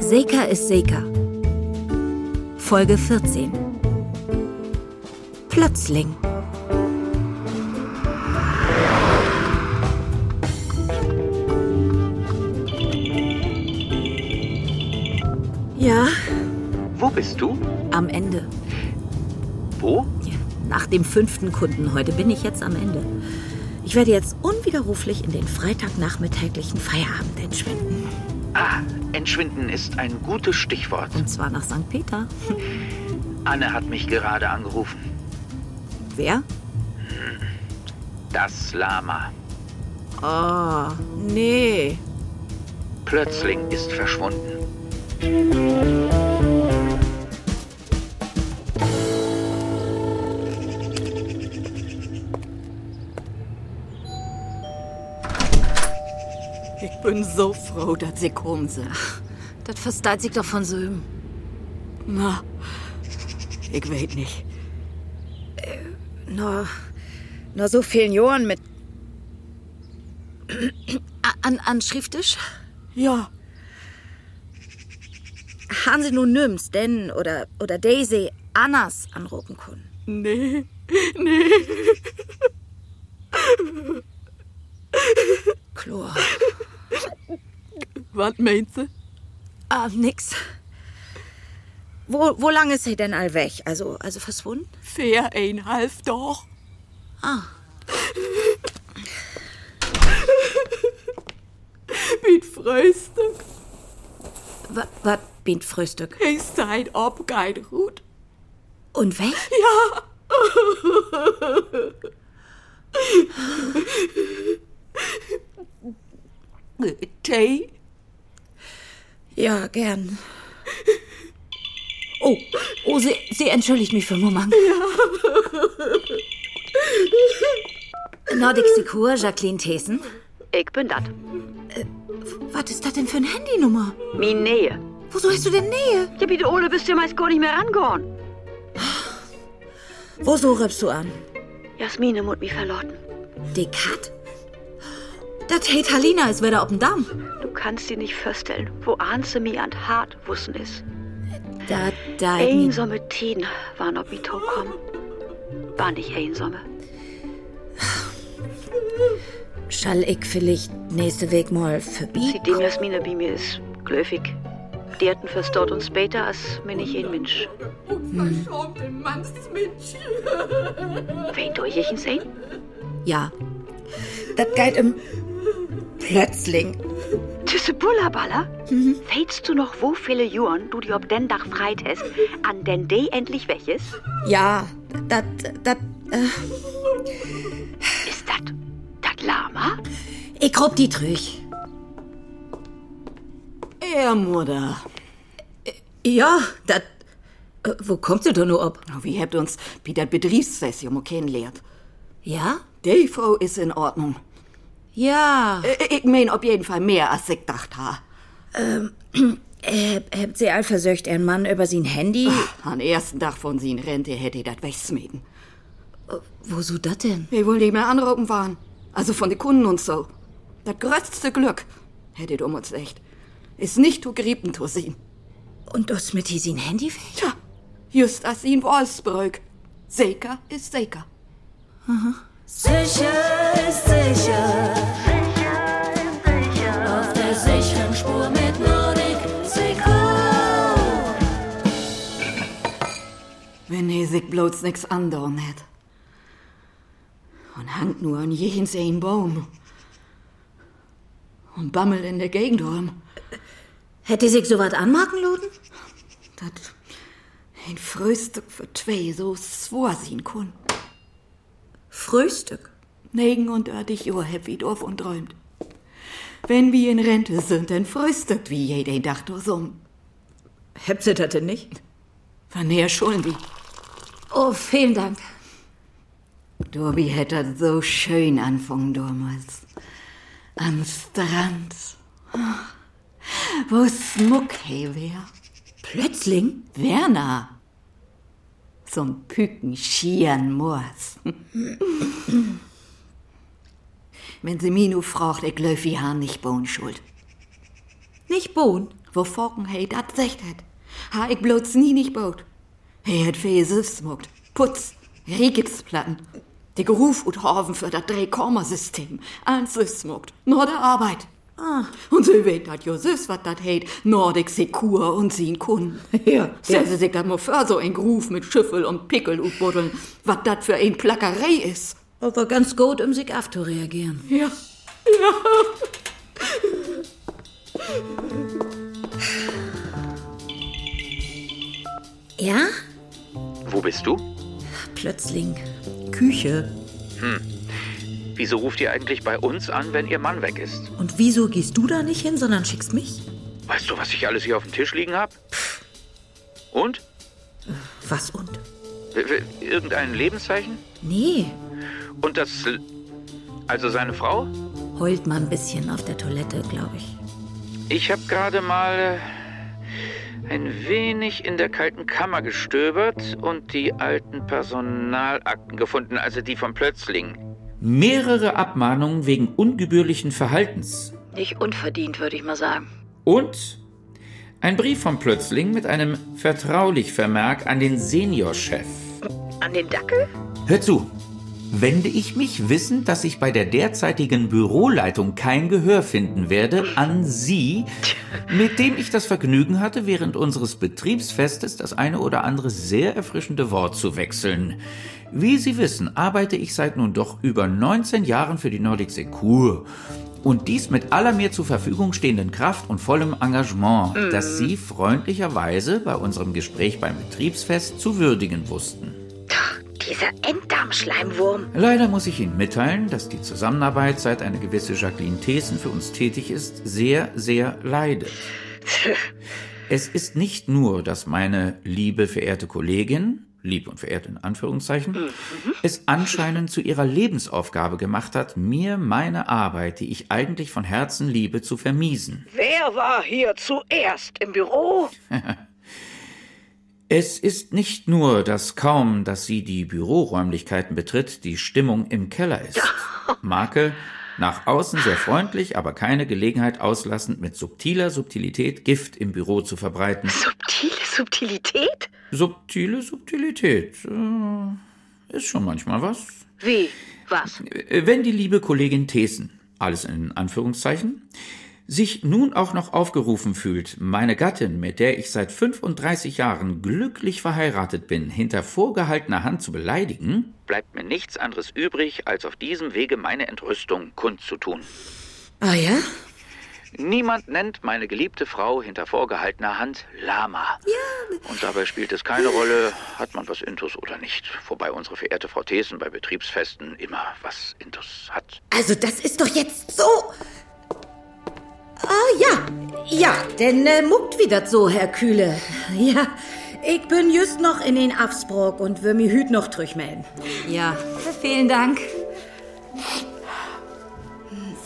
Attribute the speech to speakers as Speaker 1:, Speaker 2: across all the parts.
Speaker 1: Seka ist Seka. Folge 14. Plötzling. Ja,
Speaker 2: Wo bist du?
Speaker 1: am Ende.
Speaker 2: Wo?
Speaker 1: Nach dem fünften Kunden heute bin ich jetzt am Ende. Ich werde jetzt unwiderruflich in den Freitagnachmittäglichen Feierabend entschwinden.
Speaker 2: Ah, entschwinden ist ein gutes Stichwort.
Speaker 1: Und zwar nach St. Peter.
Speaker 2: Anne hat mich gerade angerufen.
Speaker 1: Wer?
Speaker 2: Das Lama.
Speaker 1: Oh, nee.
Speaker 2: Plötzling ist verschwunden.
Speaker 3: Ich bin so froh, dass sie gekommen sind.
Speaker 1: Das versteht sich doch von Söhm.
Speaker 3: Na, ich weiß nicht.
Speaker 1: Na, na Äh, so vielen Jahren mit. An, an Schrifttisch?
Speaker 3: Ja,
Speaker 1: Haben sie nun nimmst, denn oder, oder Daisy Annas anrufen können.
Speaker 3: nee,
Speaker 1: Chlor.
Speaker 3: was meinst du?
Speaker 1: Ah, nix. Wo, wo lang ist sie denn all weg? Also, also verschwunden?
Speaker 3: Fair einhalb doch.
Speaker 1: Ah.
Speaker 3: Mit Fröste,
Speaker 1: Was bin Frühstück?
Speaker 3: ich seid ob kein Hut.
Speaker 1: Und weg?
Speaker 3: Tee?
Speaker 1: Ja, gern. Oh, oh, sie, sie entschuldigt mich für Moment. Na, Dixikur, Jacqueline Thesen.
Speaker 4: Ich bin dat.
Speaker 1: Was ist das denn für eine Handynummer?
Speaker 4: Min Nähe.
Speaker 1: Wieso hast du denn Nähe?
Speaker 4: Ja, bitte, Ole, bist du meist gar nicht mehr rangehauen.
Speaker 1: Wieso rübst du an?
Speaker 4: Jasmine muss mich verlotten.
Speaker 1: Die Kat? Das hält Halina ist wieder auf dem Damm.
Speaker 4: Du kannst dir nicht vorstellen, wo Anse mir an hart wussen ist.
Speaker 1: Da, da,
Speaker 4: Einsame Tiden waren ob mi to kommen. War nicht einsame.
Speaker 1: Schall ich vielleicht nächste Weg mal vorbei?
Speaker 4: Seitdem Jasmine bei mir ist, glöfig. Die hatten verstört uns später, als mir nicht ein Mensch.
Speaker 3: Unverschämte Mannsmensch.
Speaker 4: Wen du ich ihn sehen?
Speaker 1: Ja. Das geht im Plötzling.
Speaker 4: Tisse Bullaballer? Weißt du noch, wo viele Juren du die ob den Dach freit hast, an den D endlich welches?
Speaker 1: Ja, äh, das, das,
Speaker 4: Ist dat dat Lama?
Speaker 1: ich rob die durch.
Speaker 3: Ja, Mutter.
Speaker 1: Ja, das, wo kommst du da nur ab?
Speaker 3: Wir habt Oh, uns bei der Betriebssession kennengelernt.
Speaker 1: Ja?
Speaker 3: Die Frau ist in Ordnung.
Speaker 1: Ja.
Speaker 3: Ä- Ich mein auf jeden Fall mehr, als ich dacht ha.
Speaker 1: Äh, habt sie all versöcht, ein Mann über sein Handy?
Speaker 3: Am ersten Tag von sin Rente hätte ich das wegsmeden.
Speaker 1: Wo so das denn?
Speaker 3: Wir wollen nicht mehr anrufen waren. Also von den Kunden und so. Das größte Glück, hättet um uns echt, ist nicht zu gerieben zu sehen.
Speaker 1: Und das mit die sein Handy weg?
Speaker 3: Tja, just als in Wolfsburg. Seker ist Seker.
Speaker 5: Sicher ist sicher. Auf der sicheren Spur mit Nordic Secure.
Speaker 3: Wenn er sich bloß nix andern hätt. Und hangt nur an jeden seinen Baum. Und bammelt in der Gegend rum.
Speaker 1: Hätte sich so was anmarken loten?
Speaker 3: Dat ein Frühstück für zwei so schwor sein kun.
Speaker 1: Frühstück.
Speaker 3: Negen und örtig Uhr hab wie Dorf und träumt. Wenn wir in Rente sind, dann frühstückt wie jeden Tag nur so.
Speaker 1: Habt sie das denn nicht?
Speaker 3: Wann her schulden wie?
Speaker 1: Oh, vielen Dank.
Speaker 3: Dorbi hätte so schön anfangen damals. Am Strand. Wo Smuck he wär.
Speaker 1: Plötzling?
Speaker 3: Werner. Zum Püken schieren Moors. Wenn sie Minu fragt, ich löf wie Hahn nicht Bohnen schuld.
Speaker 1: Nicht Bohn.
Speaker 3: wovon hij dat zegt het. Ha ik bloot nie niet boot. Hij het veel zelf smokt, putz, Rigipsplatten. Die Geruf und Horven für das Drehkommasystem. Eins selbst smokt, nur der Arbeit.
Speaker 1: Ah.
Speaker 3: Und sie weht dat jo süß, wat dat heit, Nordic Secur und sien Kunden.
Speaker 1: Ja,
Speaker 3: Stellen Sie sich dat mal vor, so ein Gruf mit Schiffel und Pickel und Buddeln, wat dat für ein Plackerei ist.
Speaker 1: Aber ganz gut, um sich abzureagieren.
Speaker 3: Ja.
Speaker 1: Ja?
Speaker 2: Wo bist du?
Speaker 1: Plötzling. Küche.
Speaker 2: Wieso ruft ihr eigentlich bei uns an, wenn ihr Mann weg ist?
Speaker 1: Und wieso gehst du da nicht hin, sondern schickst mich?
Speaker 2: Weißt du, was ich alles hier auf dem Tisch liegen hab? Und?
Speaker 1: Was und?
Speaker 2: W- w- Irgendein Lebenszeichen?
Speaker 1: Nee,
Speaker 2: Und das... L- Also seine Frau?
Speaker 1: heult mal ein bisschen auf der Toilette, glaube ich.
Speaker 2: Ich habe gerade mal äh, ein wenig in der kalten Kammer gestöbert und die alten Personalakten gefunden, also die von Plötzling.
Speaker 6: mehrere Abmahnungen wegen ungebührlichen Verhaltens
Speaker 4: Nicht unverdient, würde ich mal sagen.
Speaker 6: und ein Brief von Plötzling mit einem vertraulich Vermerk an den Seniorchef.
Speaker 4: An den Dackel?
Speaker 6: Hör zu. Wende ich mich, wissend, dass ich bei der derzeitigen Büroleitung kein Gehör finden werde, an Sie, mit dem ich das Vergnügen hatte, während unseres Betriebsfestes das eine oder andere sehr erfrischende Wort zu wechseln. Wie Sie wissen, arbeite ich seit nun doch über 19 Jahren für die Nordic Secur. Und dies mit aller mir zur Verfügung stehenden Kraft und vollem Engagement, das Sie freundlicherweise bei unserem Gespräch beim Betriebsfest zu würdigen wussten.
Speaker 4: Dieser Enddarmschleimwurm.
Speaker 6: Leider muss ich Ihnen mitteilen, dass die Zusammenarbeit, seit eine gewisse Jacqueline Thesen für uns tätig ist, sehr, sehr leidet. Es ist nicht nur, dass meine liebe, verehrte Kollegin, lieb und verehrt in Anführungszeichen, es anscheinend zu ihrer Lebensaufgabe gemacht hat, mir meine Arbeit, die ich eigentlich von Herzen liebe, zu vermiesen.
Speaker 4: Wer war hier zuerst im Büro?
Speaker 6: Es ist nicht nur, dass kaum, dass sie die Büroräumlichkeiten betritt, die Stimmung im Keller ist. Makel, nach außen sehr freundlich, aber keine Gelegenheit auslassend, mit subtiler Subtilität Gift im Büro zu verbreiten.
Speaker 4: Subtile Subtilität?
Speaker 6: Subtile Subtilität. äh, Ist schon manchmal was.
Speaker 4: Wie? Was?
Speaker 6: Äh, Wenn die liebe Kollegin Thesen, alles in Anführungszeichen, sich nun auch noch aufgerufen fühlt, meine Gattin, mit der ich seit 35 Jahren glücklich verheiratet bin, hinter vorgehaltener Hand zu beleidigen,
Speaker 2: Bleibt mir nichts anderes übrig, als auf diesem Wege meine Entrüstung kundzutun.
Speaker 1: Ah ja?
Speaker 2: Niemand nennt meine geliebte Frau hinter vorgehaltener Hand Lama. Ja. Und dabei spielt es keine Rolle, hat man was Intus oder nicht. Wobei unsere verehrte Frau Thesen bei Betriebsfesten immer was Intus hat.
Speaker 1: Also das ist doch jetzt so. Ah ja, ja, denn äh, muckt wie das so, Herr Kühle. Ja, ich bin just noch in den Afsbrock und will mir Hüt noch drüchmelden.
Speaker 3: Ja, vielen Dank.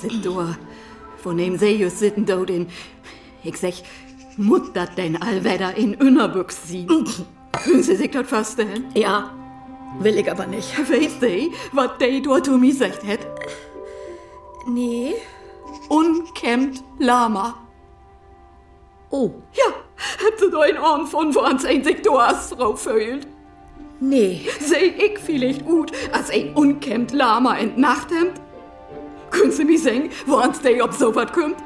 Speaker 3: Sitt du, vornehm seh just sitten du den. Ich sag, mut dat denn allwetter in Innerbüchs sieht. Können Sie sich dort vorstellen?
Speaker 1: Ja, will ich aber nicht.
Speaker 3: Weißt du, was der dort zu mir sagt hat?
Speaker 1: Nee.
Speaker 3: Unkämmt Lama.
Speaker 1: Oh,
Speaker 3: Ja, hat sie da in Ohren von wo ans ein Sektor als Frau fühlt.
Speaker 1: nee.
Speaker 3: Seh ich vielleicht gut, als ein unkämmt Lama entnachthemd? Können Sie mir sagen, wo ans der ob so was kommt?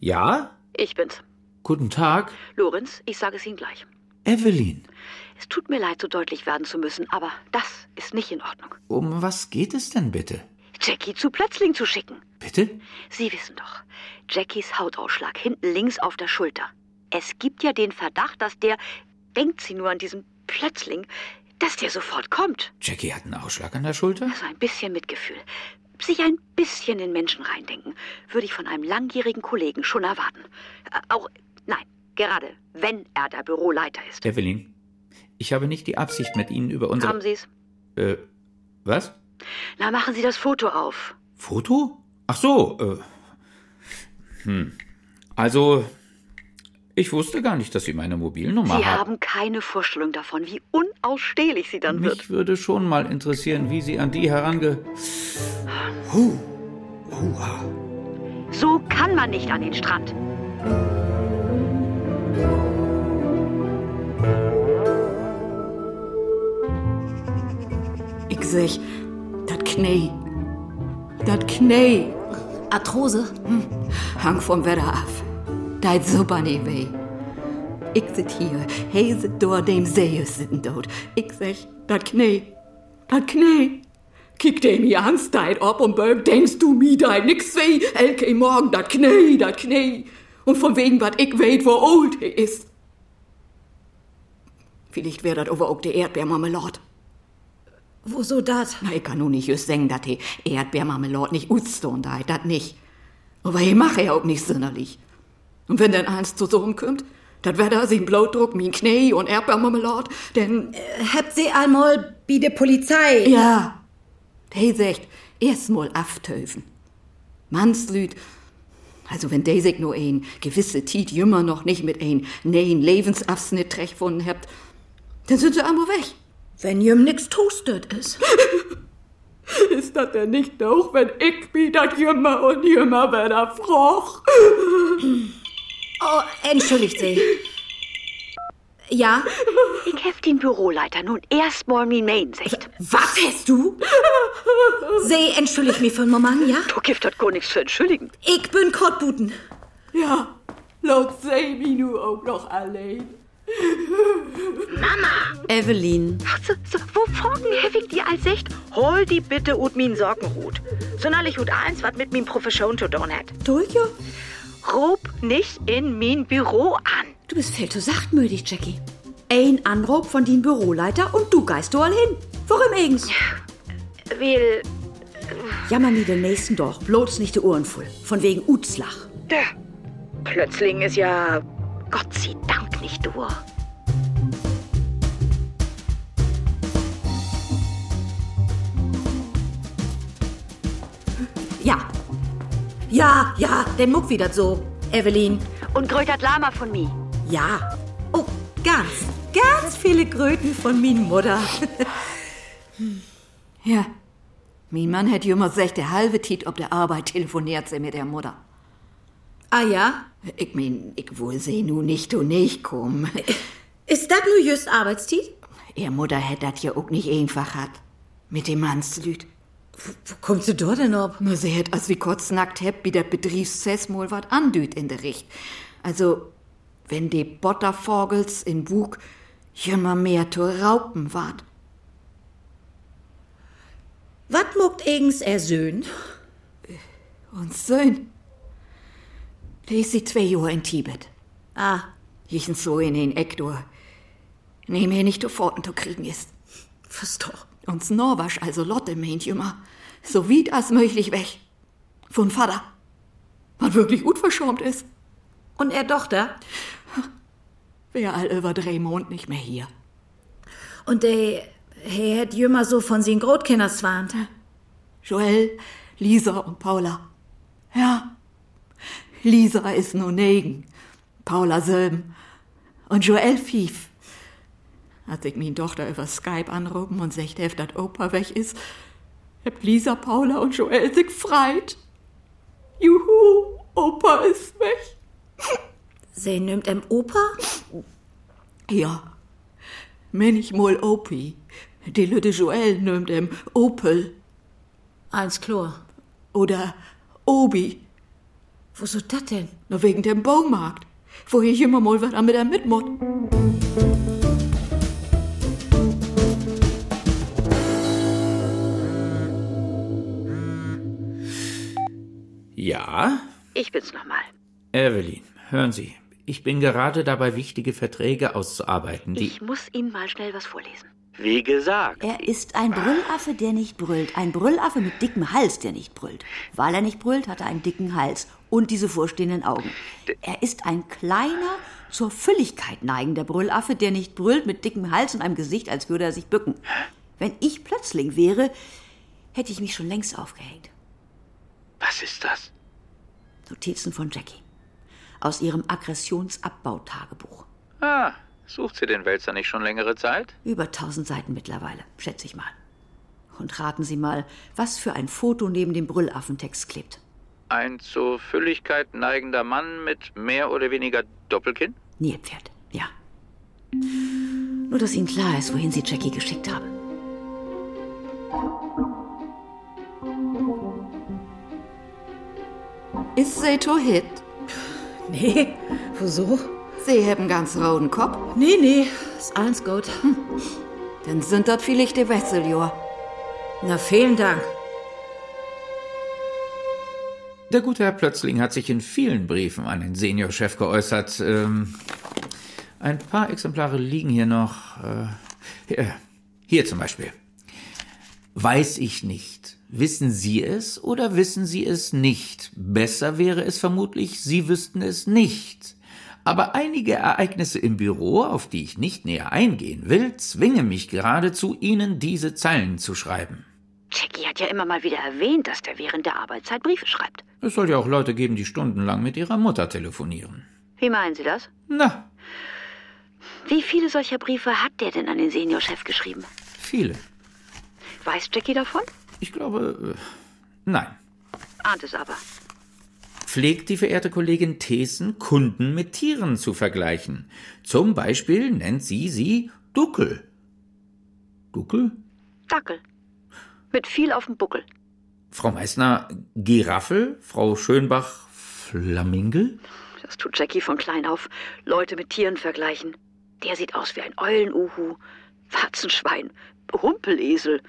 Speaker 6: Ja?
Speaker 4: Ich bin's.
Speaker 6: Guten Tag,
Speaker 4: Lorenz, ich sage es Ihnen gleich.
Speaker 6: Evelyn.
Speaker 4: Es tut mir leid, so deutlich werden zu müssen, aber das ist nicht in Ordnung.
Speaker 6: Um was geht es denn bitte?
Speaker 4: Jackie zu Plötzling zu schicken.
Speaker 6: Bitte?
Speaker 4: Sie wissen doch, Jackies Hautausschlag hinten links auf der Schulter. Es gibt ja den Verdacht, dass der, denkt sie nur an diesen Plötzling, dass der sofort kommt.
Speaker 6: Jackie hat einen Ausschlag an der Schulter?
Speaker 4: Also ein bisschen Mitgefühl. Sich ein bisschen in Menschen reindenken, würde ich von einem langjährigen Kollegen schon erwarten. Äh, Auch, nein, gerade wenn er der Büroleiter ist.
Speaker 6: Evelyn, ich habe nicht die Absicht, mit Ihnen über unsere...
Speaker 4: Haben Sie es?
Speaker 6: Äh, was?
Speaker 4: Na, machen Sie das Foto auf.
Speaker 6: Foto? Ach so. Äh. Hm. Also, Ich wusste gar nicht, dass Sie meine Mobilnummer
Speaker 4: Sie haben keine Vorstellung davon, wie unausstehlich sie dann wird.
Speaker 6: Mich würde schon mal interessieren, wie Sie an die herange...
Speaker 4: So kann man nicht an den Strand.
Speaker 3: Ich sech, dat Knie. Dat Knie.
Speaker 1: Arthrose?
Speaker 3: Hang vom Wetter ab. Deit so bunny weh. Ich sit hier, he sit dort, dem See sitten dort. Ich sech, dat Knie, dat Knie. Kick dem hier ans deit ob und böb, denkst du mi deit nix weh. Elke morgen, dat Knie, dat Knie. Und von wegen, wat ich weet, wo old he is. Vielleicht wär dat over auch de Erdbeermarmelade.
Speaker 1: Wieso das?
Speaker 3: Na, ich kann nur nicht just singen, dass die Erdbeermarmelade nicht utstun da, das nicht. Aber ich mache ja auch nicht sinnerlich. Und wenn dann eins zusammenkommt, das Wetter, sein Blutdruck, mein Knie und Erdbeermarmelade, denn,
Speaker 1: Habt sie einmal bei der Polizei?
Speaker 3: ja, der sagt, erstmal aftöfen. Mannslüd, also wenn der sich nur ein gewisse Tiet jümmer noch nicht mit ein neuen Lebensabschnitt treffen habt, dann sind sie einmal weg.
Speaker 1: Wenn jem nix toastet ist.
Speaker 3: Ist das denn nicht auch, wenn ich mich das jümmer und jümmer wieder froch?
Speaker 1: Oh, entschuldigt sie. Ja?
Speaker 4: Ich heft den Büroleiter nun erstmal mein Main secht.
Speaker 1: Was hast du? Sie, entschuldigt mich für einen Moment, ja?
Speaker 4: Du Gift hat gar nichts zu entschuldigen.
Speaker 1: Ich bin Kottbuten.
Speaker 3: Ja, laut Sammy nu auch noch allein.
Speaker 7: Evelyn,
Speaker 4: So, so, wovon hef ich dir als echt? Hol die bitte ut min Sorgenhut. Sondern ich ut eins, wat mit min Profession zu tun hat.
Speaker 1: Dolja?
Speaker 4: Rob nicht in min Büro an.
Speaker 7: du bist viel zu sachtmütig, Jackie. Ein Anruf von den Büroleiter und du geist du all hin. Worum eigens?
Speaker 4: Will,
Speaker 7: Jammer mir den nächsten doch, bloß nicht die Ohren voll. Von wegen Utslach.
Speaker 4: da. Plötzlich ist ja Gott sei Dank nicht du.
Speaker 1: Ja. Ja, ja, den Muck wieder so. Evelyn.
Speaker 4: Und grötert Lama von mir.
Speaker 1: Ja. Oh, ganz, ganz viele Kröten von min Mutter.
Speaker 3: Ja, mein Mann hätt jümmer sech, der halbe Tiet ob der Arbeit telefoniert sie mit der Mutter.
Speaker 1: Ah ja?
Speaker 3: Ich mein, ich wohl seh nu nicht und nicht komm.
Speaker 1: Ist das nur just Arbeitstiet?
Speaker 3: Ihr Mutter hätt dat ja auch nicht einfach hat. Mit dem Mannslüd.
Speaker 1: Wo kommst du dort denn ab?
Speaker 3: Na, sie hätt als wie kotznackt hebt, wie der Betriebsfest mal wat andüt in der Richt. Also, wenn die Bottervogels in Bug jümmer mehr zu Raupen wart.
Speaker 1: Wat muckt egens ersöhn?
Speaker 3: Und Söhn. Der ist sie zwei Jahre in Tibet.
Speaker 1: Ah,
Speaker 3: Hießen so in den Ektor. Nee, mir nicht sofort zu kriegen ist.
Speaker 1: verstor.
Speaker 3: Uns Norwasch, also Lotte, meint immer, so weit als möglich weg. Von Vater. Was wirklich unverschämt ist.
Speaker 1: Und er Tochter?
Speaker 3: Wär all über drei Mond nicht mehr hier.
Speaker 1: Und der Herr hätt jümmer so von sin Grotkinders warnt.
Speaker 3: Joel, Lisa und Paula. Ja. Lisa ist nur negen. Paula selben. Und Joel fief. Als ich meine Tochter über Skype anrufen und sagt, hef, dass Opa weg ist, hab Lisa, Paula und Joel sich freit. Juhu, Opa ist weg.
Speaker 1: Sie nimmt em Opa?
Speaker 3: Ja. Wenn ich mal Opi. Die Lütte Joel nimmt em Opel
Speaker 1: Eins Chlor.
Speaker 3: oder Obi.
Speaker 1: Wo so dat denn?
Speaker 3: Nur wegen dem Baumarkt, wo ich immer mal was mit der mitmacht.
Speaker 6: Ja?
Speaker 4: Ich bin's nochmal.
Speaker 6: Evelyn, hören Sie. Ich bin gerade dabei, wichtige Verträge auszuarbeiten, die...
Speaker 4: Ich muss Ihnen mal schnell was vorlesen.
Speaker 2: Wie gesagt,
Speaker 7: Er ist ein Brüllaffe, der nicht brüllt. Ein Brüllaffe mit dickem Hals, der nicht brüllt. Weil er nicht brüllt, hat er einen dicken Hals und diese vorstehenden Augen. Er ist ein kleiner, zur Fülligkeit neigender Brüllaffe, der nicht brüllt, mit dickem Hals und einem Gesicht, als würde er sich bücken. Wenn ich plötzlich wäre, hätte ich mich schon längst aufgehängt.
Speaker 2: was ist das?
Speaker 7: Notizen von Jackie. aus ihrem Aggressionsabbau-Tagebuch.
Speaker 2: Ah, sucht sie den Wälzer nicht schon längere Zeit?
Speaker 7: Über 1000 Seiten mittlerweile, schätze ich mal. Und raten Sie mal, was für ein Foto neben dem Brüllaffentext klebt.
Speaker 2: Ein zur Fülligkeit neigender Mann mit mehr oder weniger Doppelkinn?
Speaker 7: Nilpferd, ja. Nur, dass Ihnen klar ist, wohin Sie Jackie geschickt haben.
Speaker 3: Ist sie to hit?
Speaker 1: Nee, wieso?
Speaker 3: Sie haben ganz rauen Kopf,
Speaker 1: Nee, nee, ist alles gut. Hm.
Speaker 3: dann sind das vielleicht die Wesseljor.
Speaker 1: Na, vielen Dank.
Speaker 6: Der gute Herr Plötzling hat sich in vielen Briefen an den Seniorchef geäußert. Ähm, ein paar Exemplare liegen hier noch. Äh, hier, hier zum Beispiel. Weiß ich nicht. Wissen Sie es oder wissen Sie es nicht? Besser wäre es vermutlich, Sie wüssten es nicht. Aber einige Ereignisse im Büro, auf die ich nicht näher eingehen will, zwingen mich geradezu, Ihnen diese Zeilen zu schreiben.
Speaker 4: Jackie hat ja immer mal wieder erwähnt, dass der während der Arbeitszeit Briefe schreibt.
Speaker 6: Es soll ja auch Leute geben, die stundenlang mit ihrer Mutter telefonieren.
Speaker 4: Wie meinen Sie das?
Speaker 6: Na,
Speaker 4: Wie viele solcher Briefe hat der denn an den Seniorchef geschrieben?
Speaker 6: viele.
Speaker 4: Weiß Jackie davon?
Speaker 6: Ich glaube, äh, nein.
Speaker 4: Ahnt es aber.
Speaker 6: Pflegt die verehrte Kollegin Thesen, Kunden mit Tieren zu vergleichen. Zum Beispiel nennt sie sie Duckel. Duckel?
Speaker 4: Dackel. Mit viel auf dem Buckel.
Speaker 6: Frau Meissner Giraffel, Frau Schönbach Flamingel?
Speaker 4: Das tut Jackie von klein auf. Leute mit Tieren vergleichen. Der sieht aus wie ein Eulenuhu, Warzenschwein, Humpelesel,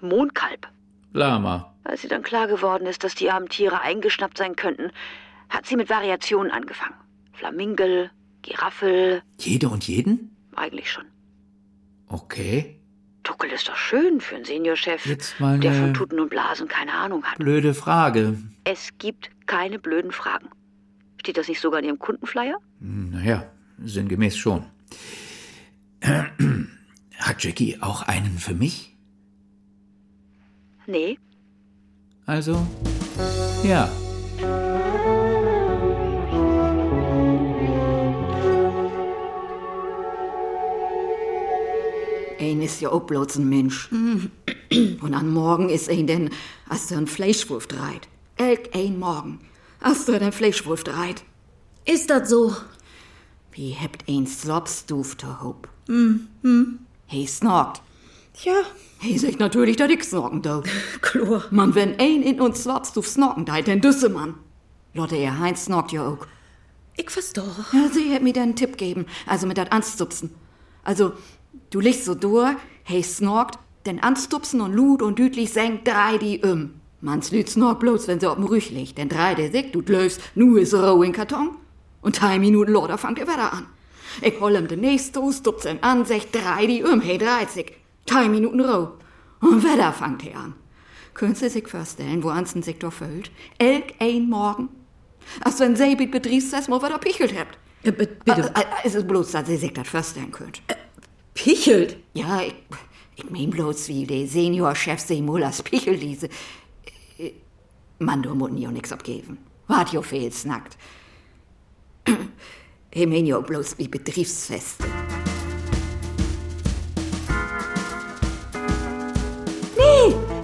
Speaker 4: Mohnkalb.
Speaker 6: Lama.
Speaker 4: Als sie dann klar geworden ist, dass die armen Tiere eingeschnappt sein könnten, hat sie mit Variationen angefangen. Flamingel, Giraffel,
Speaker 6: Jede und jeden?
Speaker 4: eigentlich schon.
Speaker 6: Okay.
Speaker 4: Tuckel ist doch schön für einen Seniorchef,
Speaker 6: Jetzt mal
Speaker 4: der
Speaker 6: eine-
Speaker 4: von Tuten und Blasen keine Ahnung hat.
Speaker 6: Blöde Frage.
Speaker 4: Es gibt keine blöden Fragen. Steht das nicht sogar in Ihrem Kundenflyer?
Speaker 6: Naja, sinngemäß schon. Hat Jackie auch einen für mich?
Speaker 4: Nee,
Speaker 6: Also, ja.
Speaker 3: Ein ist ja auch bloß ein Mensch. Und an Morgen ist ein denn, als du einen Fleischwurf dreit. Elk ein Morgen, als du einen Fleischwurf dreit.
Speaker 1: Ist das so?
Speaker 3: Wie hebt ein Slopstuf to hope? Hm, hm. He snorkt.
Speaker 1: Ja,
Speaker 3: He sagt natürlich, dass ich snorken do.
Speaker 1: Chlor.
Speaker 3: Man, wenn ein in uns Slopstuf snorken deit, dann düsse man. Lotte, ihr Heinz snorkt ja auch.
Speaker 1: Ich verstehe.
Speaker 3: Ja, sie hat mir dann einen Tipp gegeben, also mit dat Anstupsen. Also, du liegst so durch, hey snorkt, denn Anstupsen und Lud und Dütlich senkt drei die um. Mans Lüd snorkt bloß, wenn sie auf dem Rüch liegt, denn drei der Sick, du löst, nu is roh in Karton. Und drei Minuten loder fangt ihr Wetter an. Ich hol ihm den nächsten, stups ihn an, secht drei die um, hey 30. Drei Minuten roh. Und Wetter fangt ihr an. Können Sie sich vorstellen, wo an's ein Sektor füllt? Elk ein Morgen. Als wenn Seebit betriebst, das mal wieder pichelt habt.
Speaker 1: Äh, bitte, bitte.
Speaker 3: Ah, ah, Es ist bloß, dass ihr sich das vorstellen könnt.
Speaker 1: Pichelt.
Speaker 3: Ja, ich, ich mein bloß, wie der Seniorchef Seemullers Pichel diese. Äh, Mann, du musst ja nix abgeben. Wart jo viel snackt. Ich mein ja bloß wie Betriebsfeste.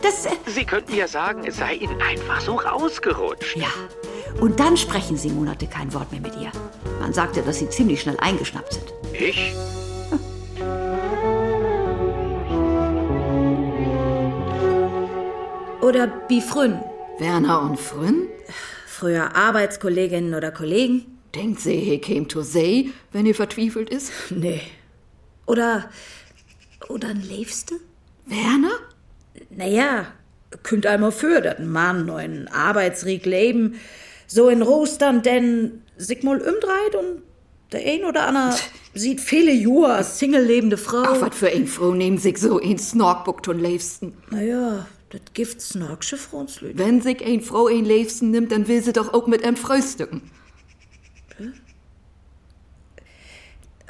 Speaker 7: Das, äh,
Speaker 2: Sie könnten ja sagen, es sei Ihnen einfach so rausgerutscht.
Speaker 7: ja. Und dann sprechen Sie Monate kein Wort mehr mit ihr. Man sagte, dass Sie ziemlich schnell eingeschnappt sind.
Speaker 2: Ich?
Speaker 1: Oder Bifrün.
Speaker 3: Werner und Frün?
Speaker 1: Früher Arbeitskolleginnen oder Kollegen?
Speaker 3: Denkt sie, he came to see, wenn ihr vertwiefelt ist?
Speaker 1: Nee. Oder. Oder ein Liebste?
Speaker 3: Werner?
Speaker 1: Naja, könnt einmal für, dat Mann neuen Arbeitsrieg leben. So in Rostern, denn Sigmund umdreht und der ein oder andere sieht viele Jahre als Single lebende Frau.
Speaker 3: Ach, wat für ein Frau nehmen sich so ein Snorkbuck zum Leifsten.
Speaker 1: naja, das gibt's nagsche Franzlüde.
Speaker 3: Wenn sich ein Frau ein Leifsten nimmt, dann will sie doch auch mit einem Fröstücken.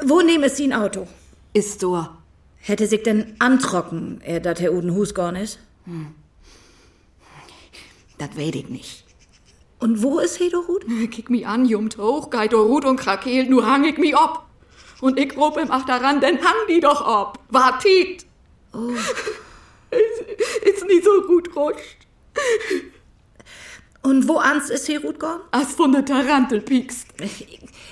Speaker 1: Wo nehmen es Sie ein Auto?
Speaker 3: Ist doch.
Speaker 1: Hätte sich denn antrocken, er dat Herr Uden Hus gorn ist?
Speaker 3: Das weiß ich nicht.
Speaker 1: Und wo ist Hedorud?
Speaker 3: Kick mi an, jumt hoch, geit Rut und Krakeel, nu hang ich mi ob. Und ich rob im Achteran, denn hang die doch ob. Wartet! Oh. Ist nie so gut rutscht,
Speaker 1: Und wo ans ist Herud gorn?
Speaker 3: als von der Tarantel piekst.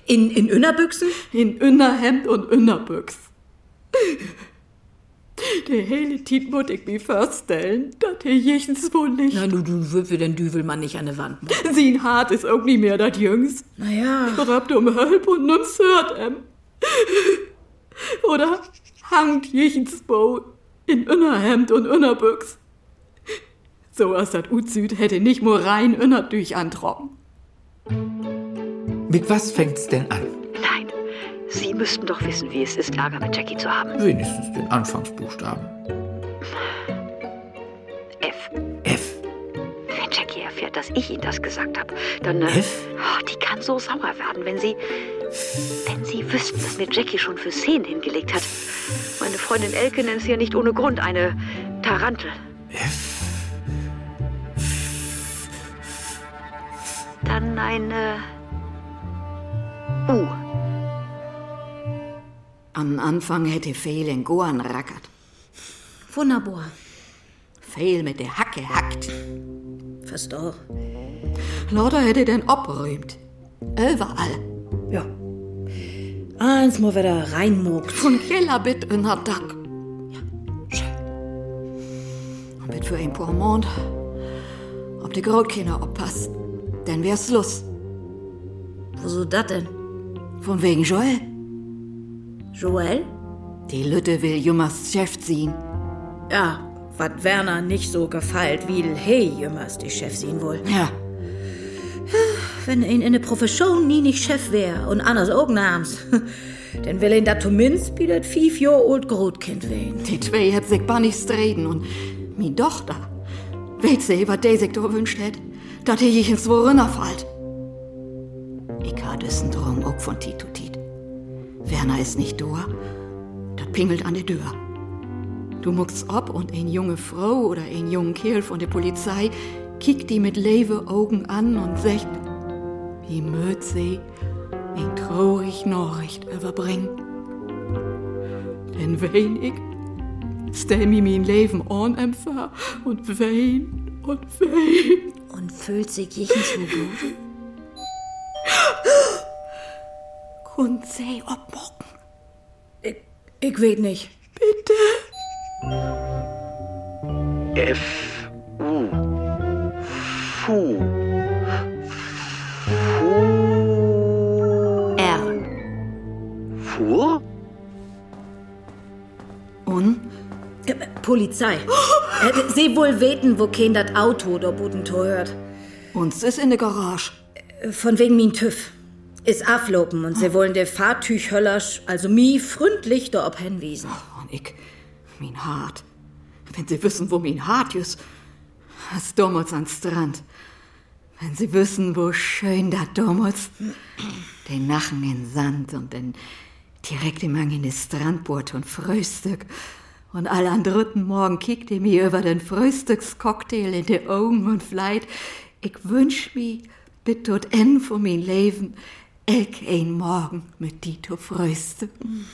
Speaker 1: In, in Innerbüchsen?
Speaker 3: In Innerhemd und Innerbüchs. Der hele Tiet muss ich mi vorstellen, dat he jichens wohl nicht.
Speaker 1: Na, du, du würfel den Düvelmann nicht an die Wand.
Speaker 3: Sien hart ist auch nie mehr dat Jüngs.
Speaker 1: Naja.
Speaker 3: Rabt um Hölp und nimm's hört em. ähm, Oder hangt jichens Bo in Innerhemd und Innerbüchs. So als dat Uzüd hätte nicht nur rein Innerdüch antrocken.
Speaker 6: Mit was fängt's denn an?
Speaker 4: Nein, Sie müssten doch wissen, wie es ist, Ärger mit Jackie zu haben.
Speaker 6: Wenigstens den Anfangsbuchstaben.
Speaker 4: F.
Speaker 6: F.
Speaker 4: Wenn Jackie erfährt, dass ich Ihnen das gesagt habe, dann... Äh,
Speaker 6: F?
Speaker 4: oh, die kann so sauer werden, wenn sie... Wenn sie wüssten, was mir Jackie schon für Szenen hingelegt hat. Meine Freundin Elke nennt sie ja nicht ohne Grund eine Tarantel. Dann eine... U.
Speaker 3: Am Anfang hätte Fehl in Goan rackert.
Speaker 1: Wunderbar.
Speaker 3: Fehl mit der Hacke hackt.
Speaker 1: Versteh.
Speaker 3: Lauter hätte denn abräumt. Überall.
Speaker 1: Ja. Eins mal wieder reinmuckt.
Speaker 3: Von Kellabit in der Dack. Ja, schön. Und mit für ein paar Mond, ob die Grotkinder oppasst, dann wär's Schluss.
Speaker 1: Wieso dat denn?
Speaker 3: Von wegen Joel.
Speaker 1: Joel?
Speaker 3: Die Lütte will Jummers Chef ziehen.
Speaker 1: Ja, wat Werner nicht so gefallt, wie hey, jümmers die Chef sehen wohl.
Speaker 3: Ja,
Speaker 1: Wenn ihn in der Profession nie nicht Chef wär und anders auch namens, dann will ihn dat zumindest wie dat fief Jahr old Grotkind wehen.
Speaker 3: die zwei hat sich bar nichts reden und mi Tochter. Weet sie, was der sich doch wünscht hätt? Dat hätt ich ins Worinner fallt. Ich ha dessen Drang auch von Tit zu Tit. Werner ist nicht da, dat pingelt an die Tür. Du muckst ob und ein junge Frau oder ein jungen Kerl von der Polizei kickt die mit lewe Augen an und sagt, wie möt sie ein traurig Nachricht überbringen. Denn wen ich stell mir mein Leben an empfahr und wein und wein.
Speaker 1: Und fühlt sich jeden so gut.
Speaker 3: Und sei ob morgen.
Speaker 1: Ich, ich weet nicht.
Speaker 2: F. U. Fu.
Speaker 7: R.
Speaker 2: Fuhr?
Speaker 3: Und?
Speaker 1: Äh, Polizei. Äh, Sie wohl weten, wo kein dat Auto der Budentor hört.
Speaker 3: Uns ist in der Garage.
Speaker 1: Von wegen min TÜV. Is aflopen und sie wollen der Fahrtüchhöllers, also mi fründlich da ob hinwiesen.
Speaker 3: Und ich, mein Hart. Wenn sie wissen, wo mein Hart ist, was damals an Strand. Wenn sie wissen, wo schön da damals, den Nachen in Sand und den direkte Mang in das Strandbord und Frühstück. Und alle am dritten Morgen kickt ihr mir über den Frühstückscocktail in die Augen und fleit. Ich wünsch mir, bis tot Ende von mein Leben, ich ein Morgen mit die zu frühstücken.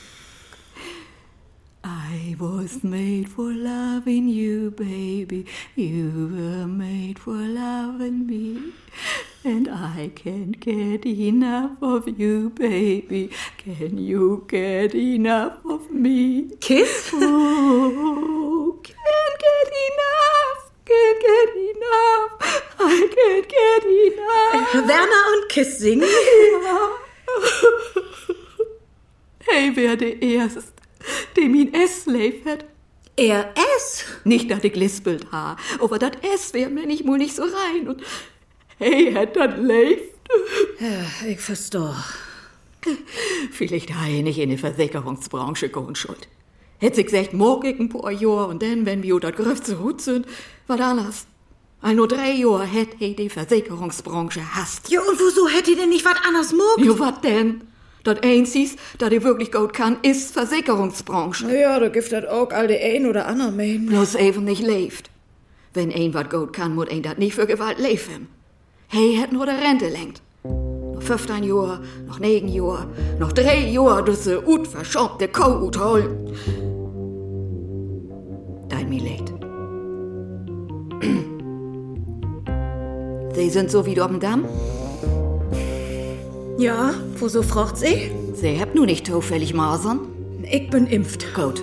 Speaker 3: I was made for loving you, baby. You were made for loving me. And I can't get enough of you, baby. Can you get enough of me?
Speaker 1: Kiss?
Speaker 3: Oh, can't get enough. Can't get enough. I can't get enough.
Speaker 1: Werner und Kiss singen?
Speaker 3: Hey, wer der erst, dem ihn es hat.
Speaker 1: Er es?
Speaker 3: Nicht, dass ich lispelt ha, aber dat S wär mir nicht wohl nicht so rein. Und hey, hätt dat lebt.
Speaker 1: Äh, Ich verstehe.
Speaker 3: Vielleicht ha ich nicht in die Versicherungsbranche gehn schuld. Hätt sich gesagt, morgen ich ein paar Jahr und dann, wenn wir dat Griff zu gut sind, war anders. All nur drei Jahr hätt ich die Versicherungsbranche hasst.
Speaker 1: Ja, und wieso hätte ihr denn nicht was anderes mögen?
Speaker 3: Jo, wat denn? Dat einziges, dat ich wirklich gut kann, ist Versicherungsbranche.
Speaker 1: Ja, da gibt das auch all die ein oder andere Mähen.
Speaker 3: Bloß even nicht lebt. Wenn ein wat gut kann, muss ein dat nicht für Gewalt leben. He het nur der Rente lenkt. Noch 15 Jahre, noch 9 Jahre, noch 3 Jahre, dass se ut verschobte Kuh ut holen. Dein Milet. Sie sind so wie du am Damm?
Speaker 1: Ja, wieso fragt sie?
Speaker 3: Sie habt nur nicht zufällig Masern?
Speaker 1: Ich bin impft.
Speaker 3: Gut.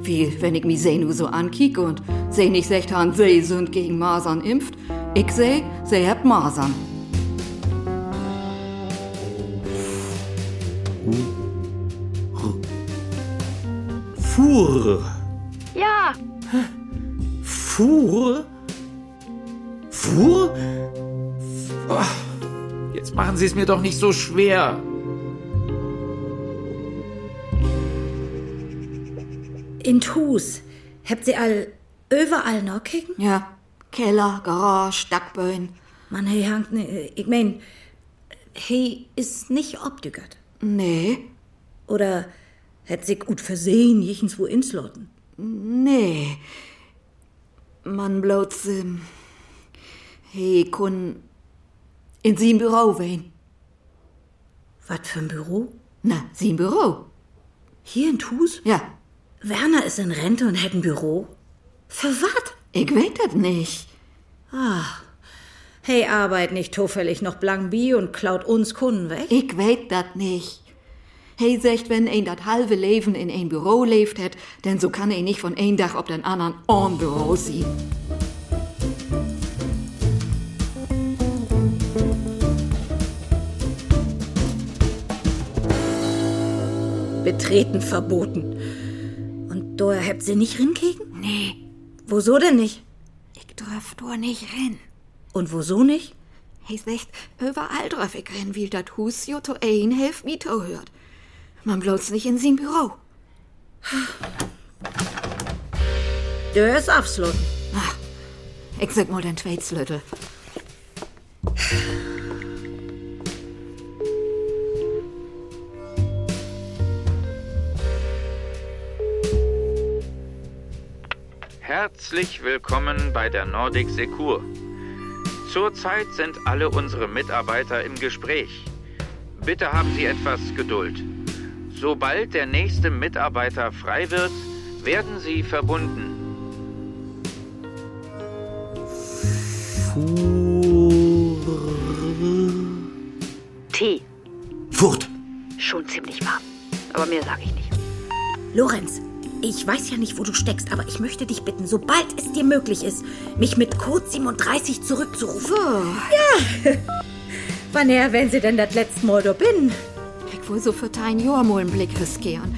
Speaker 3: Wie wenn ich mich seh nur so ankick und seh nicht secht han, sie sind gegen Masern impft. Ich seh, sie habt Masern.
Speaker 8: Fuhr.
Speaker 4: Ja,
Speaker 8: Fuhr? Fuhr? Ah, Jetzt machen Sie es mir doch nicht so schwer.
Speaker 1: In Hus. Habt sie all überall noch kicken?
Speaker 3: Ja. Keller, Garage, Dackböen.
Speaker 1: Mann, hey, Hank, nee, ich mein, hey, ist nicht obdügert.
Speaker 3: Nee,
Speaker 1: Oder hätt sich gut versehen, jichens wo inslotten.
Speaker 3: nee. Man bloß, ähm, he kun in sien Büro wehen.
Speaker 1: Was für ein Büro?
Speaker 3: Na, sien Büro.
Speaker 1: Hier in Hus?
Speaker 3: Ja,
Speaker 1: Werner ist in Rente und hätt ein Büro? Für wat?
Speaker 3: ich weet das nicht.
Speaker 1: Hey, arbeit nicht zufällig noch Blankbi und klaut uns Kunden weg?
Speaker 3: Ich weet das nicht. He secht, wenn ein dat halbe Leben in ein Büro lebt hätt, denn so kann ein nicht von ein Dach ob den anderen on Büro sehen.
Speaker 1: Betreten verboten. Und da habt sie nicht rinkegen? Nee. Wieso denn nicht?
Speaker 3: Ich dürf nur nicht rennen.
Speaker 1: Und wieso nicht?
Speaker 3: He sagt, überall drauf ich renn, wie dat Hus jo to ein helf mi to hört. Man bloß nicht in sein Büro.
Speaker 1: Der ist absolut.
Speaker 3: Ich sag mal den Tweetslöttel.
Speaker 6: Herzlich willkommen bei der Nordic Secur. Zurzeit sind alle unsere Mitarbeiter im Gespräch. Bitte haben Sie etwas Geduld. Sobald der nächste Mitarbeiter frei wird, werden Sie verbunden.
Speaker 4: Tee.
Speaker 8: Furt.
Speaker 4: Schon ziemlich warm. Aber mehr sage ich nicht.
Speaker 1: Lorenz, ich weiß ja nicht, wo du steckst, aber ich möchte dich bitten, sobald es dir möglich ist, mich mit Code 37 zurückzurufen.
Speaker 3: Oh,
Speaker 1: Ja. Wann her, wenn sie denn das letzte Mal da bin?
Speaker 3: Ich will so für dein Jahr mal einen Blick riskieren.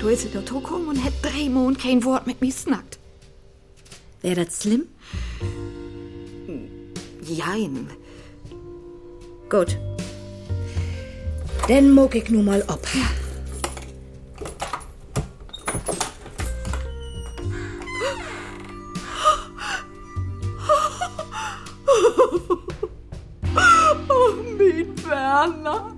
Speaker 3: Du ist in der Tokom und hätt drei Monate kein Wort mit mir snackt.
Speaker 1: Wär das schlimm?
Speaker 3: Jein.
Speaker 1: Gut. Dann muck ich nun mal ob.
Speaker 3: Mein Werner.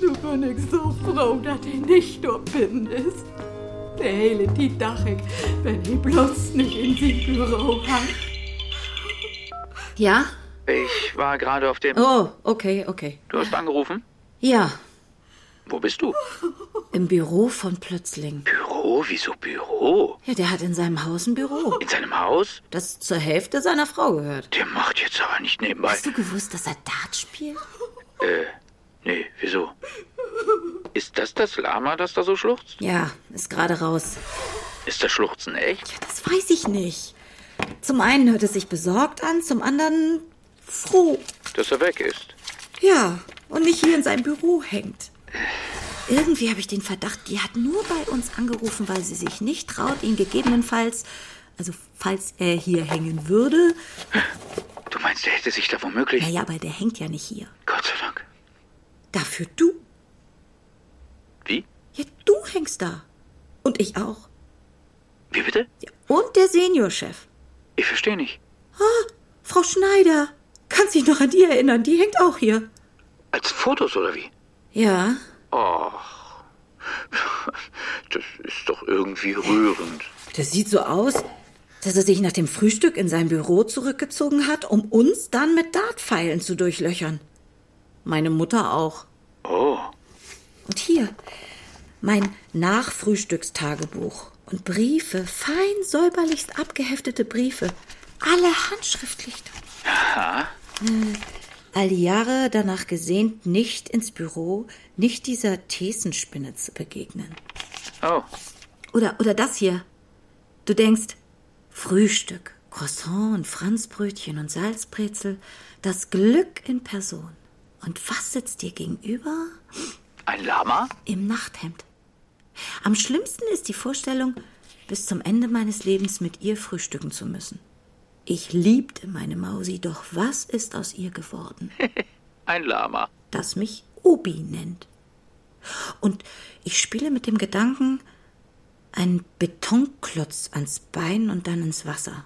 Speaker 3: Du bin ich so froh, dass ich nicht nur bin ist. Der hele die dach ich, wenn ich bloß nicht in sein Büro kann.
Speaker 9: Ja?
Speaker 6: Ich war gerade auf dem.
Speaker 9: Oh, okay, okay.
Speaker 6: Du hast angerufen?
Speaker 9: Ja,
Speaker 6: Wo bist du?
Speaker 9: im Büro von Plötzling.
Speaker 6: Büro? Wieso Büro?
Speaker 9: Ja, der hat in seinem Haus ein Büro,
Speaker 6: In seinem Haus?
Speaker 9: das zur Hälfte seiner Frau gehört.
Speaker 6: Der macht jetzt aber nicht nebenbei.
Speaker 9: Hast du gewusst, dass er Dart spielt?
Speaker 6: Äh, nee, wieso? Ist das das Lama, das da so schluchzt?
Speaker 9: Ja, ist gerade raus.
Speaker 6: Ist das Schluchzen echt?
Speaker 9: Das weiß ich nicht. Zum einen hört es sich besorgt an, zum anderen froh.
Speaker 6: Dass er weg ist.
Speaker 9: Ja, und nicht hier in seinem Büro hängt. Irgendwie habe ich den Verdacht, die hat nur bei uns angerufen, weil sie sich nicht traut, ihn gegebenenfalls, also falls er hier hängen würde.
Speaker 6: Du meinst, er hätte sich da womöglich.
Speaker 9: Naja, aber der hängt ja nicht hier.
Speaker 6: Gott sei Dank.
Speaker 9: Dafür du.
Speaker 6: Wie?
Speaker 9: Ja, du hängst da. Und ich auch.
Speaker 6: Wie bitte?
Speaker 9: Ja, und der Seniorchef.
Speaker 6: Ich verstehe nicht.
Speaker 9: Frau Schneider. Kannst dich noch an die erinnern, die hängt auch hier.
Speaker 6: Als Fotos oder wie?
Speaker 9: Ja,
Speaker 6: Das ist doch irgendwie rührend.
Speaker 9: Das sieht so aus,
Speaker 1: dass er sich nach dem Frühstück in sein Büro zurückgezogen hat, um uns dann mit Dartpfeilen zu durchlöchern. Meine Mutter auch.
Speaker 2: Oh,
Speaker 1: Und hier mein Nachfrühstückstagebuch und Briefe, fein säuberlichst abgeheftete Briefe, alle handschriftlich. Äh, All die Jahre danach gesehnt, nicht ins Büro, nicht dieser Thesenspinne zu begegnen.
Speaker 2: oh,
Speaker 1: Oder, oder das hier. Du denkst, Frühstück, Croissant und Franzbrötchen und Salzbrezel, das Glück in Person. Und was sitzt dir gegenüber?
Speaker 2: ein Lama?
Speaker 1: Im Nachthemd. Am schlimmsten ist die Vorstellung, bis zum Ende meines Lebens mit ihr frühstücken zu müssen. Ich liebte meine Mausi, doch was ist aus ihr geworden,
Speaker 2: Ein Lama.
Speaker 1: das mich Obi nennt? Und ich spiele mit dem Gedanken, einen Betonklotz ans Bein und dann ins Wasser.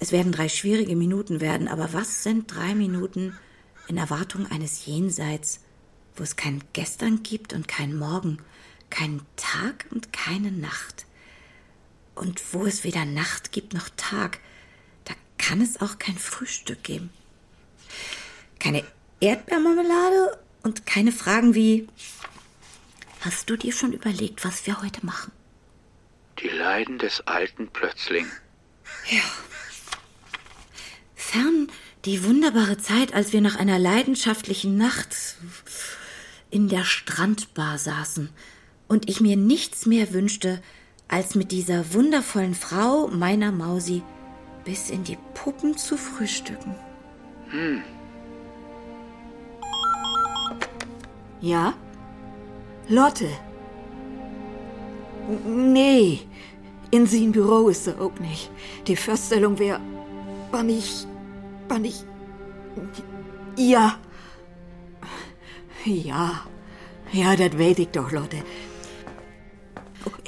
Speaker 1: Es werden drei schwierige Minuten werden, aber was sind drei Minuten in Erwartung eines Jenseits, wo es kein Gestern gibt und kein Morgen, keinen Tag und keine Nacht? Und wo es weder Nacht gibt noch Tag, da kann es auch kein Frühstück geben. Keine Erdbeermarmelade und keine Fragen wie, hast du dir schon überlegt, was wir heute machen?
Speaker 2: Die Leiden des alten Plötzling.
Speaker 1: Fern die wunderbare Zeit, als wir nach einer leidenschaftlichen Nacht in der Strandbar saßen und ich mir nichts mehr wünschte, als mit dieser wundervollen Frau, meiner Mausi, bis in die Puppen zu frühstücken.
Speaker 3: Ja? Lotte. N- Nee, in sein Büro ist er auch nicht. Die Vorstellung wäre, wann ich, wann ich, ja, ja, ja, das weiß ich doch, Lotte.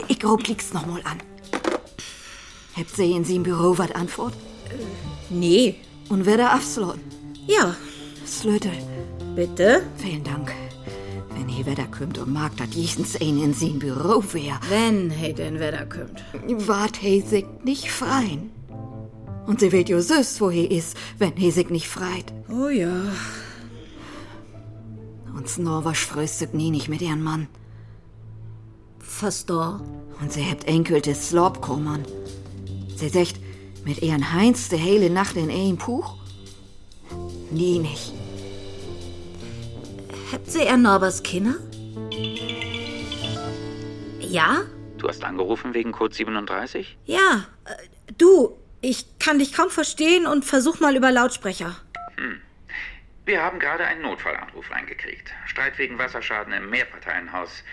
Speaker 3: Ich grob klick's nochmal an. Habt sie in sein Büro was Antwort?
Speaker 1: Nee.
Speaker 3: Und wer da abslot?
Speaker 1: Ja,
Speaker 3: Slötel.
Speaker 1: bitte.
Speaker 3: Vielen Dank. Wenn hier Wetter kommt und mag, dass jechens ein in sein Büro wär,
Speaker 1: Wenn hey denn Wetter kommt.
Speaker 3: wart Hesig nicht freien. Und sie wird jo süß, wo he ist, wenn Hesig nicht freit.
Speaker 1: Oh ja.
Speaker 3: Und Snorwasch fröstet nie nicht mit ihren Mann.
Speaker 1: Verstor.
Speaker 3: Und sie hebt Enkel des Slobkommern. Sie sagt, mit ihren Heinz de hele Nacht in ein Puch? Nie nicht.
Speaker 1: Habt ihr ihr Norbers Kinder? Ja?
Speaker 2: Du hast angerufen wegen Code 37?
Speaker 1: Ja, äh, du, ich kann dich kaum verstehen und versuch mal über Lautsprecher.
Speaker 2: Wir haben gerade einen Notfallanruf eingekriegt. Streit wegen Wasserschaden im Mehrparteienhaus.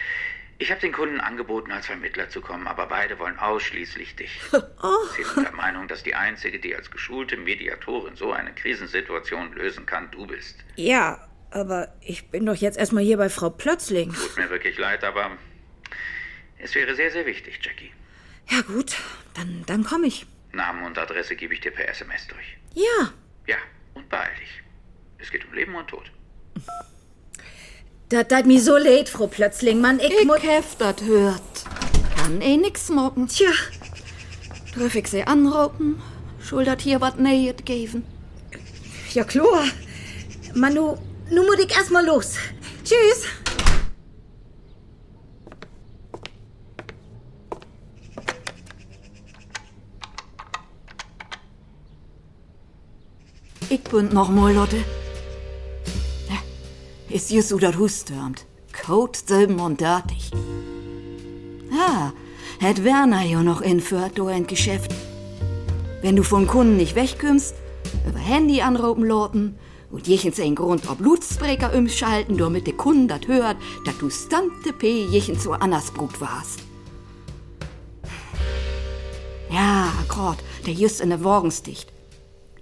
Speaker 2: Ich habe den Kunden angeboten, als Vermittler zu kommen, aber beide wollen ausschließlich dich. Sie sind der Meinung, dass die Einzige, die als geschulte Mediatorin so eine Krisensituation lösen kann, du bist.
Speaker 1: Ja, aber ich bin doch jetzt erstmal hier bei Frau Plötzling.
Speaker 2: Tut mir wirklich leid, aber es wäre sehr, sehr wichtig, Jackie.
Speaker 1: Ja gut, dann, dann komme ich.
Speaker 2: Namen und Adresse gebe ich dir per SMS durch.
Speaker 1: Ja,
Speaker 2: Ja, und beeil dich. Es geht um Leben und Tod.
Speaker 1: das hat mir so leid, Frau Plötzling, Mann. Ich,
Speaker 3: Ich
Speaker 1: muss...
Speaker 3: hef dat hört. Kann eh nix mocken.
Speaker 1: Tja,
Speaker 3: Tröff ich sie anrocken, schuldet hier wat Neues geben.
Speaker 1: ja klar. Mann, nu, nu muss ich erstmal los. Tschüss.
Speaker 3: Ich bin noch mal, Lotte. Ja, Ist just so dat Hus stürmt. Code 37. Ah, hat Werner ja noch entführt, du ein Geschäft. Wenn du von Kunden nicht wegkommst, über Handy anrufen loten und jechens einen Grund ob Blutsprecher umschalten, damit der Kunden dat hört, dat du stammte P jechens so Annersbrut warst. Ja, Gott, der just in der Morgensdicht.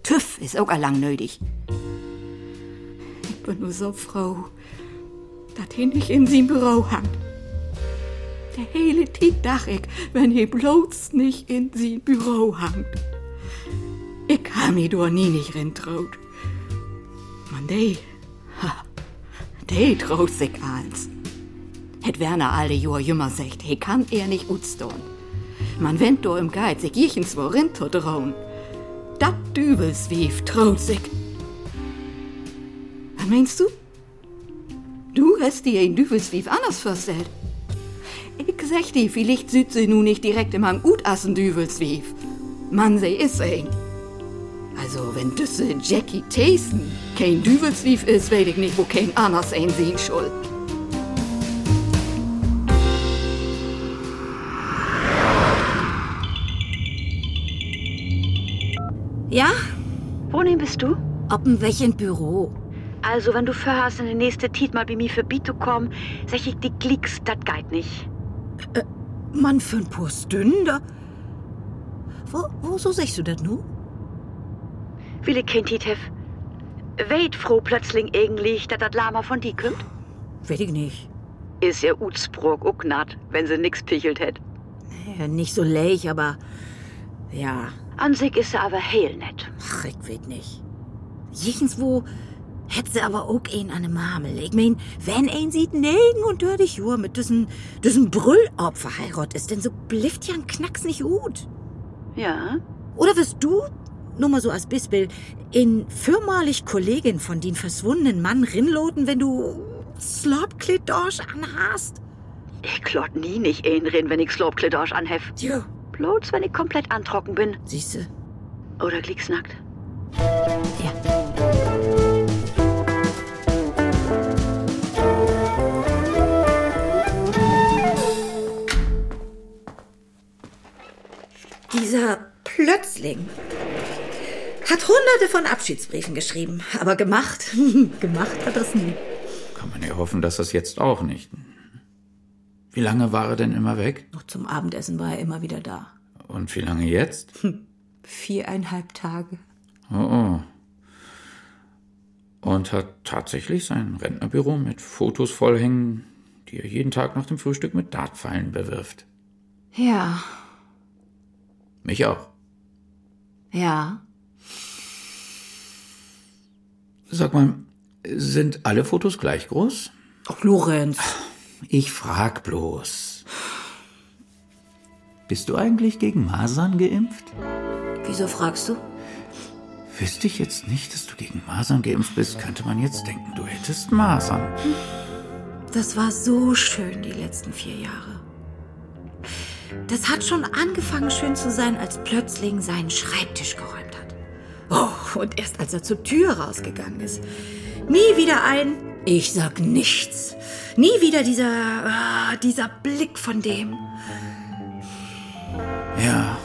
Speaker 3: TÜV ist auch allang nötig. Ich bin nur so froh, dass ich nicht in sein Büro hang. Der hele Tag dach ich, wenn ich bloß nicht in sein Büro hangt. Ich kam mir doch nie nicht rintraut. Man, de, ha, de traut sich als. Hätt Werner alle Jahre jümmer secht, he kann er nicht utstun. Man wennt do im Geiz, ich jichens wo rinto draun. Dat Dübels wief trautzig. Was meinst du? Du hast dir in Dübelswief anders vorstellt. Ich sag dir, vielleicht süd sie nu nicht direkt im Hang gut assen Dübelswief. Mann, sie is ein. Also, wenn düsse Jackie Thesen kein Dübelswief is, weet ich nicht, wo kein anders ein sehen soll.
Speaker 10: Ja?
Speaker 4: Wohin bist du?
Speaker 10: Ob ein welchen Büro?
Speaker 4: Also, wenn du vorhast, in die nächste Tiet mal bei mir vorbei zu kommen, sag ich, die Glicks, dat geht nicht.
Speaker 10: Mann, für ein paar Stunden. Wo, wo so sechst du das nu?
Speaker 4: Wille Kind Tiet hef. Weht froh plötzlich irgendwie, dat dat Lama von die kümmt?
Speaker 10: Weiß ich nicht.
Speaker 4: Is ihr Utsprog auch nat, wenn sie nix pichelt hätt.
Speaker 10: Ja, nicht so leich, aber. Ja,
Speaker 4: An sich is sie aber heel nett.
Speaker 10: ach, ich weiß nicht. Jechenswo hätte sie aber auch einen an der Marmel. Ich mein, wenn ein sieht nirgen und hör dich Jur mit diesen, diesen Brüllopfer heirat ist, denn so blifft ja ein Knacks nicht gut.
Speaker 4: Ja?
Speaker 10: Oder wirst du, nur mal so als Bispel, in firmalich Kollegin von den verschwundenen Mann rinloten, wenn du Slopkledorsch anhast?
Speaker 4: Ich klott nie nicht ein rin, wenn ich Slopkledosch anhef.
Speaker 10: Tja,
Speaker 4: Bloß, wenn ich komplett antrocken bin.
Speaker 10: siehste.
Speaker 4: Oder glicksnackt.
Speaker 1: Dieser Plötzling hat hunderte von Abschiedsbriefen geschrieben, aber gemacht, gemacht hat das nie.
Speaker 6: Kann man ja hoffen, dass das jetzt auch nicht. Wie lange war er denn immer weg?
Speaker 7: Noch zum Abendessen war er immer wieder da.
Speaker 6: Und wie lange jetzt?
Speaker 3: Viereinhalb Tage.
Speaker 6: Oh, oh. Und hat tatsächlich sein Rentnerbüro mit Fotos vollhängen, die er jeden Tag nach dem Frühstück mit Dartpfeilen bewirft.
Speaker 3: Ja,
Speaker 6: Mich auch.
Speaker 3: ja.
Speaker 6: Sag mal, sind alle Fotos gleich groß?
Speaker 7: Auch Lorenz.
Speaker 6: Ich frag bloß. Bist du eigentlich gegen Masern geimpft?
Speaker 7: Wieso fragst du?
Speaker 6: Wüsste ich jetzt nicht, dass du gegen Masern geimpft bist, könnte man jetzt denken, du hättest Masern.
Speaker 7: Das war so schön die letzten vier Jahre. Das hat schon angefangen schön zu sein, als plötzlich seinen Schreibtisch geräumt hat.
Speaker 1: Oh, und erst als er zur Tür rausgegangen ist. Nie wieder ein, ich sag nichts. Nie wieder dieser, ah, dieser Blick von dem.
Speaker 6: Ja.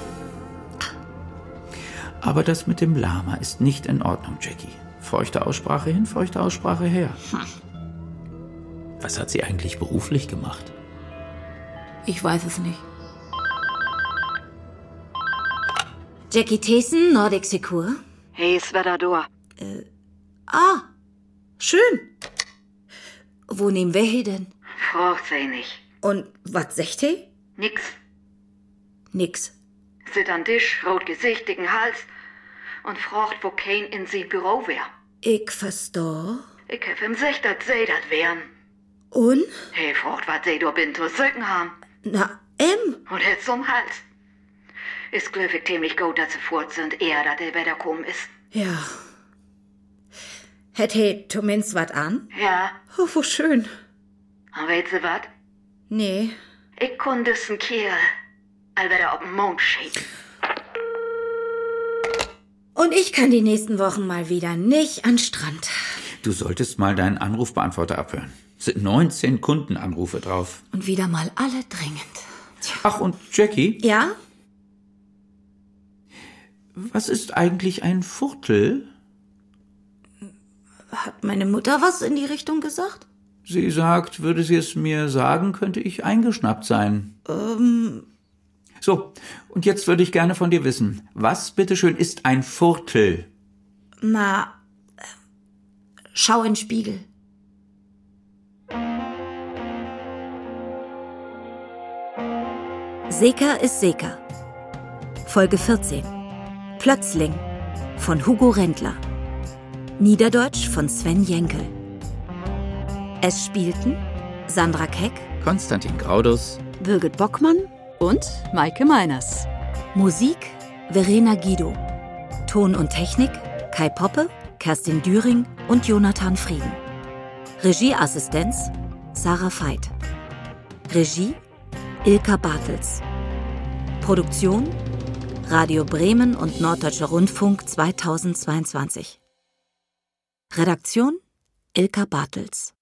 Speaker 6: Aber das mit dem Lama ist nicht in Ordnung, Jackie. Feuchte Aussprache hin, feuchte Aussprache her. Was hat sie eigentlich beruflich gemacht?
Speaker 3: Ich weiß es nicht.
Speaker 10: Jackie Thesen, Nordic Secure.
Speaker 4: Hey, Svedador.
Speaker 10: Ah,
Speaker 1: Schön.
Speaker 10: wo nehmen wir hier denn?
Speaker 4: Braucht sie nicht.
Speaker 1: Und was sagt ihr?
Speaker 4: Nix.
Speaker 10: Nix.
Speaker 4: Sit an Tisch, rot Gesicht, dicken Hals und fragt, wo kein in sie Büro wär.
Speaker 1: Ich verstehe.
Speaker 4: Ich hef ihm sich, dat sie dat wären.
Speaker 1: Und?
Speaker 4: Hey, fragt, wat sie do bin zu Sücken haben.
Speaker 1: Na, M.
Speaker 4: Und jetzt zum Hals. Ist glücklich ziemlich gut, dass sie fort sind, eher, dass er wiederkommen ist.
Speaker 1: Ja. Hätte he zumindest was an?
Speaker 4: Ja,
Speaker 1: Oh, wo schön.
Speaker 4: und weißt du wat?
Speaker 1: Nee.
Speaker 4: Ich kun diesen Kerl, all wenn er auf den Mond schiebt.
Speaker 1: Und ich kann die nächsten Wochen mal wieder nicht an den Strand.
Speaker 6: Du solltest mal deinen Anrufbeantworter abhören. Sind 19 Kundenanrufe drauf.
Speaker 3: Und wieder mal alle dringend.
Speaker 6: Ach, und Jackie,
Speaker 1: Ja?
Speaker 6: was ist eigentlich ein Viertel?
Speaker 7: Hat meine Mutter was in die Richtung gesagt?
Speaker 6: Sie sagt, würde sie es mir sagen, könnte ich eingeschnappt sein. So, und jetzt würde ich gerne von dir wissen, was bitteschön ist ein Viertel?
Speaker 7: Na, äh, schau in den Spiegel.
Speaker 10: Seka ist Seka. Folge 14. Plötzling von Hugo Rendler. Niederdeutsch von Sven Jenkel. Es spielten Sandra Keck,
Speaker 6: Konstantin Graudus,
Speaker 10: Birgit Bockmann,
Speaker 3: und Maike Meiners.
Speaker 1: Musik Verena Guido. Ton und Technik Kai Poppe, Kerstin Düring und Jonathan Frieden. Regieassistenz Sarah Veit. Regie Ilka Bartels. Produktion Radio Bremen und Norddeutscher Rundfunk 2022. Redaktion Ilka Bartels.